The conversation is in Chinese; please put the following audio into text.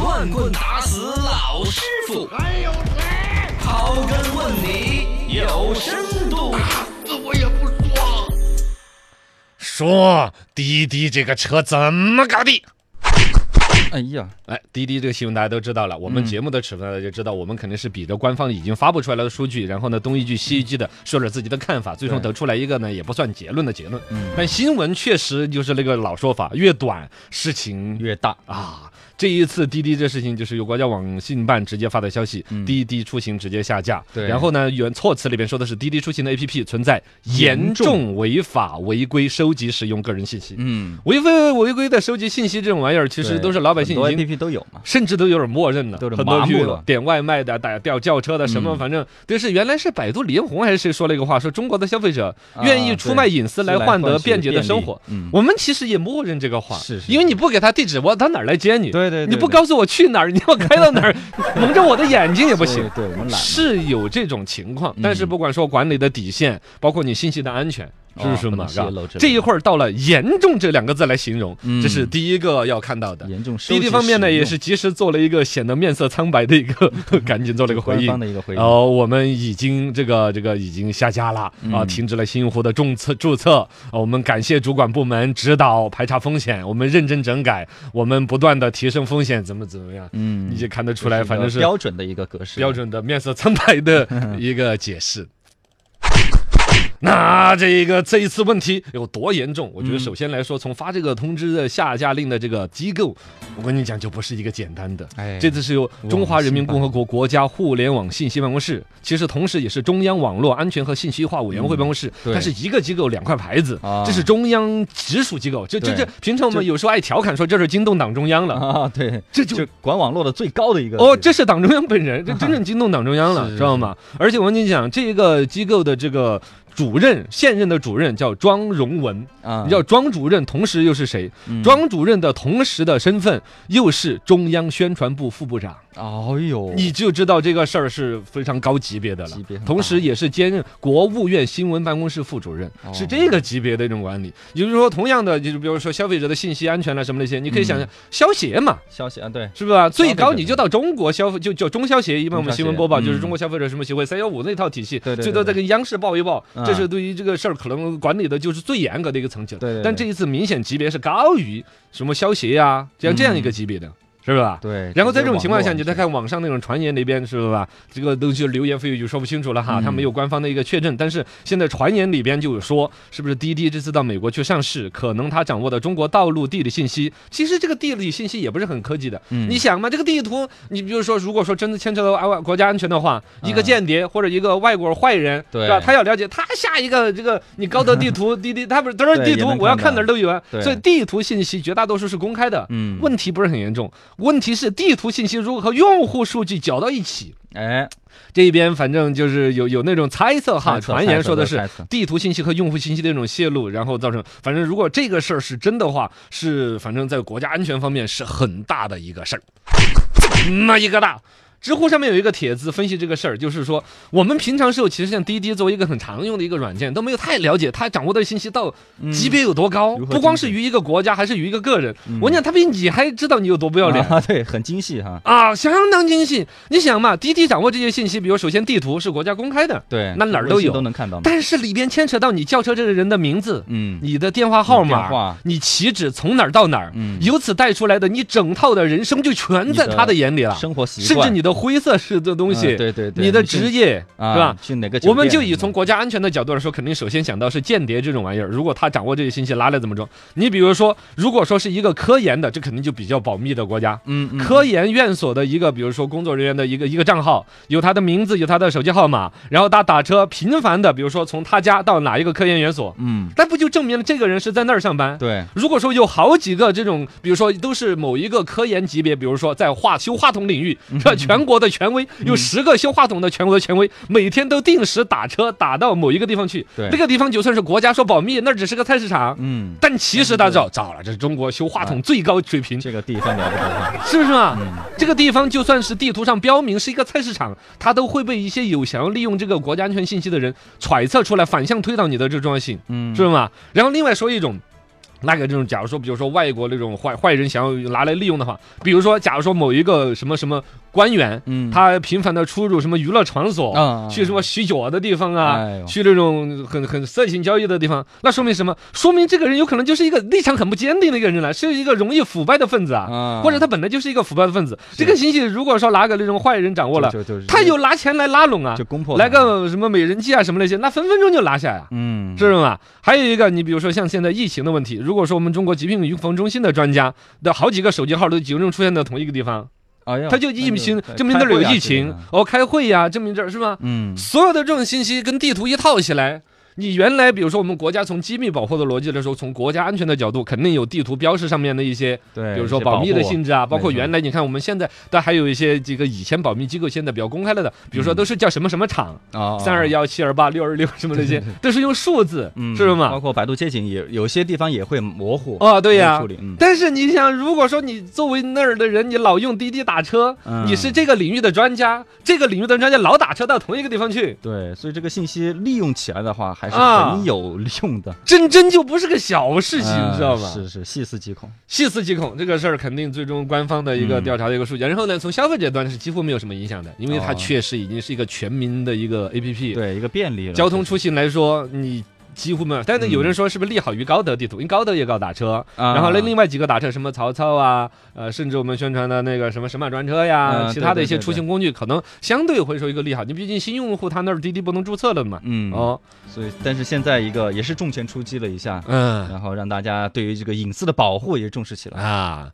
乱棍打死老师傅，还有谁？刨根问底有深度。说滴滴这个车怎么搞的？哎呀，哎，滴滴这个新闻大家都知道了，嗯我们节目的尺寸大家就知道，我们肯定是比着官方已经发布出来的数据，然后呢东一句西一句的说点自己的看法，最终得出来一个呢也不算结论的结论。嗯但新闻确实就是那个老说法，越短事情越大，啊。这一次滴滴这事情，就是由国家网信办直接发的消息，滴滴出行直接下架。嗯对然后呢，原措辞里边说的是滴滴出行的 APP 存在严重违法违规收集使用个人信息。嗯，违规违规的收集信息这种玩意儿，其实对都是老百姓很多已经 APP 都有嘛，甚至都有点默认了，都有点很多麻木譬如了点外卖的、打叫轿车的什么，嗯反正就是原来是百度李彦宏还是谁说了一个话，说中国的消费者啊愿意出卖对隐私是来来换换得取便捷的便生利活。嗯我们其实也默认这个话，是是因为你不给他地址，我他哪儿来接你？对对对你不对告诉我去哪儿， 你要开到 哪儿，蒙着我的眼睛也不行。对对我们懒嘛，是有这种情况，但是嗯不管说管理的底线，包括你信息的安全，哦是不是不嘛？能是吧泄露之类的这一会儿到了“严重”这两个字来形容，嗯这是第一个要看到的。严重收集滴滴方面呢，使用也是及时做了一个显得面色苍白的一 个，赶紧做了一个回官方应。哦的一个回然应，后我们已经这个这个已经下架了啊，嗯停止了新用户的注册注册、啊我们感谢主管部门指导排查风险，我们认真整改，我们不断的提升风险，怎么怎么样，嗯你就看得出这来，一个反正是标准的一个格式，标准的面色苍白的一个解释。 那这个这一次问题有多严重？我觉得首先来说，从发这个通知的下架令的这个机构，我跟你讲就不是一个简单的。哎这次是由中华人民共和国国家互联网信息办公室，其实同时也是中央网络安全和信息化委员会办公室，嗯对它是一个机构两块牌子啊，这是中央直属机构。这这对这，平常我们有时候爱调侃说这是惊动党中央了， 啊，对，这就就管网络的最高的一个哦，这是党中央本人，这真 正惊动党中央了，是知道吗？而且我跟你讲，这个机构的这个主任，现任的主任叫庄荣文，啊你知道庄主任同时又是谁？嗯庄主任的同时的身份又是中央宣传部副部长，哎呦，你就知道这个事儿是非常高级别的了级别。很同大时，也是兼任国务院新闻办公室副主任，哦是这个级别的一种管理。也就是说，同样的，就是比如说消费者的信息安全啦啊什么那些，你可以嗯想象消协嘛，消息啊，对，是吧？最消高费者你就到中国消费，就就中消协一般我们中消协新闻播报嗯就是中国消费者什么协会三幺五那套体系，对对对最多再跟央视报一报。嗯这是对于这个事儿可能管理的就是最严格的一个层级了。对对对但这一次明显级别是高于什么消协呀，这样这样嗯一个级别的，是吧？对。然后在这种情况下，个你再看网上那种传言那边是吧？这个东西流言蜚语就说不清楚了哈，嗯它没有官方的一个确证。但是现在传言里边就有说，是不是滴滴这次到美国去上市，可能他掌握的中国道路地理信息，其实这个地理信息也不是很科技的。嗯你想嘛，这个地图，你比如说，如果说真的牵扯到安国家安全的话，一个间谍或者一个外国坏人，嗯对是吧？他要了解，他下一个这个你高德地 图、滴滴，他不是都是对地也图能，我要看看到哪儿都有啊。对所以地图信息绝大多数是公开的。嗯问题不是很严重，问题是地图信息如何和用户数据搅到一起。哎，这边反正就是有有那种猜测哈，猜测传言说的是猜测猜测地图信息和用户信息的一种泄露，然后造成，反正如果这个事儿是真的话，是反正在国家安全方面是很大的一个事儿，怎么一个大？知乎上面有一个帖子分析这个事儿，就是说我们平常时候其实像滴滴作为一个很常用的一个软件，都没有太了解它掌握的信息到级别有多高，如何不光嗯精是准于一个国家，还是于一个个人。我讲他比你还知道你有多不要脸。啊，对，很精细哈，啊，相当精细。你想嘛，滴滴掌握这些信息，比如首先地图是国家公开的，对，那哪儿微都信有都能看到嘛，但是里边牵扯到你叫车这个人的名字、嗯，你的电话号你的电码话、你起址从哪儿到哪儿，嗯由此带出来的你整套的人生就全在你的他的眼里了，生活习甚惯，至你的灰色式的东西，嗯对对对，你的去职业，啊是吧？去哪个酒我们店就以嗯从国家安全的角度来说，肯定首先想到是间谍这种玩意儿。如果他掌握这些信息，拿来怎么装？你比如说，如果说是一个科研的，这肯定就比较保密的国家。嗯嗯科研院所的一个，比如说工作人员的一个一个账号，有他的名字，有他的手机号码，然后他打车频繁的，比如说从他家到哪一个科研院所，嗯，那不就证明了这个人是在那儿上班？对，如果说有好几个这种，比如说都是某一个科研级别，比如说在话修话筒领域，这嗯全国的权威有十个修话筒的全国的权威，每天都定时打车打到某一个地方去，对那个地方就算是国家说保密，那只是个菜市场。嗯，哎但其实大家知道，糟了，这是中国修话筒最高水平，这个地方了不得，是不是嘛？嗯这个地方就算是地图上标明是一个菜市场，它都会被一些有想要利用这个国家安全信息的人揣测出来，反向推导你的这重要性，嗯是不是嘛？然后另外说一种。那个这种，假如说，比如说外国那种坏坏人想要拿来利用的话，比如说，假如说某一个什么什么官员，嗯他频繁的出入什么娱乐场所，啊去什么许酒的地方啊，哎呦去这种很很色情交易的地方，那说明什么？说明这个人有可能就是一个立场很不坚定的一个人来，是一个容易腐败的分子啊，啊或者他本来就是一个腐败的分子。这个信息如果说拿给那种坏人掌握了，就就就他有拿钱来拉拢啊就，攻破来他个什么美人计啊什么那些，那分分钟就拿下呀、嗯知道吗？还有一个，你比如说像现在疫情的问题，如果说我们中国疾病预防中心的专家的好几个手机号都集中出现在同一个地方，哎呀他就疫情证明这儿有疫情，哦，开会呀、证明这儿是吧？啊嗯所有的这种信息跟地图一套起来，你原来比如说我们国家从机密保护的逻辑来说，从国家安全的角度，肯定有地图标识上面的一些，对，比如说保密的性质，质啊，包括没错原来你看我们现在，但还有一些这个以前保密机构现在比较公开了的，比如嗯说都是叫什么什么厂，啊三二一。幺七二八六二六什么那些，都是用数字，知道吗嗯包？括百度街景也有些地方也会模糊哦，对呀、处理嗯但是你想，如果说你作为那儿的人，你老用滴滴打车，嗯你是这个领域的专家，这个领域的专家老打车到同一个地方去，对，所以这个信息利用起来的话，还是啊很有用的，真真就不是个小事情，你知道吧？吗？嗯是是，细思极恐。细思极恐，这个事儿肯定最终官方的一个嗯调查的一个数据。然后呢，从消费者端是几乎没有什么影响的，因为它哦确实已经是一个全民的一个 APP。对，一个便利了。交通出行来说，你。几乎没有，但是有人说是不是利好于高德地图？因为高德也搞打车，啊然后呢，另外几个打车，什么曹操啊，呃，甚至我们宣传的那个什么神马专车呀，嗯其他的一对些对对出行工具，可能相对会说一个利好。你毕竟新用户他那儿滴滴不能注册了嘛，嗯哦，哦，所以但是现在一个也是重拳出击了一下，嗯然后让大家对于这个隐私的保护也重视起来。啊，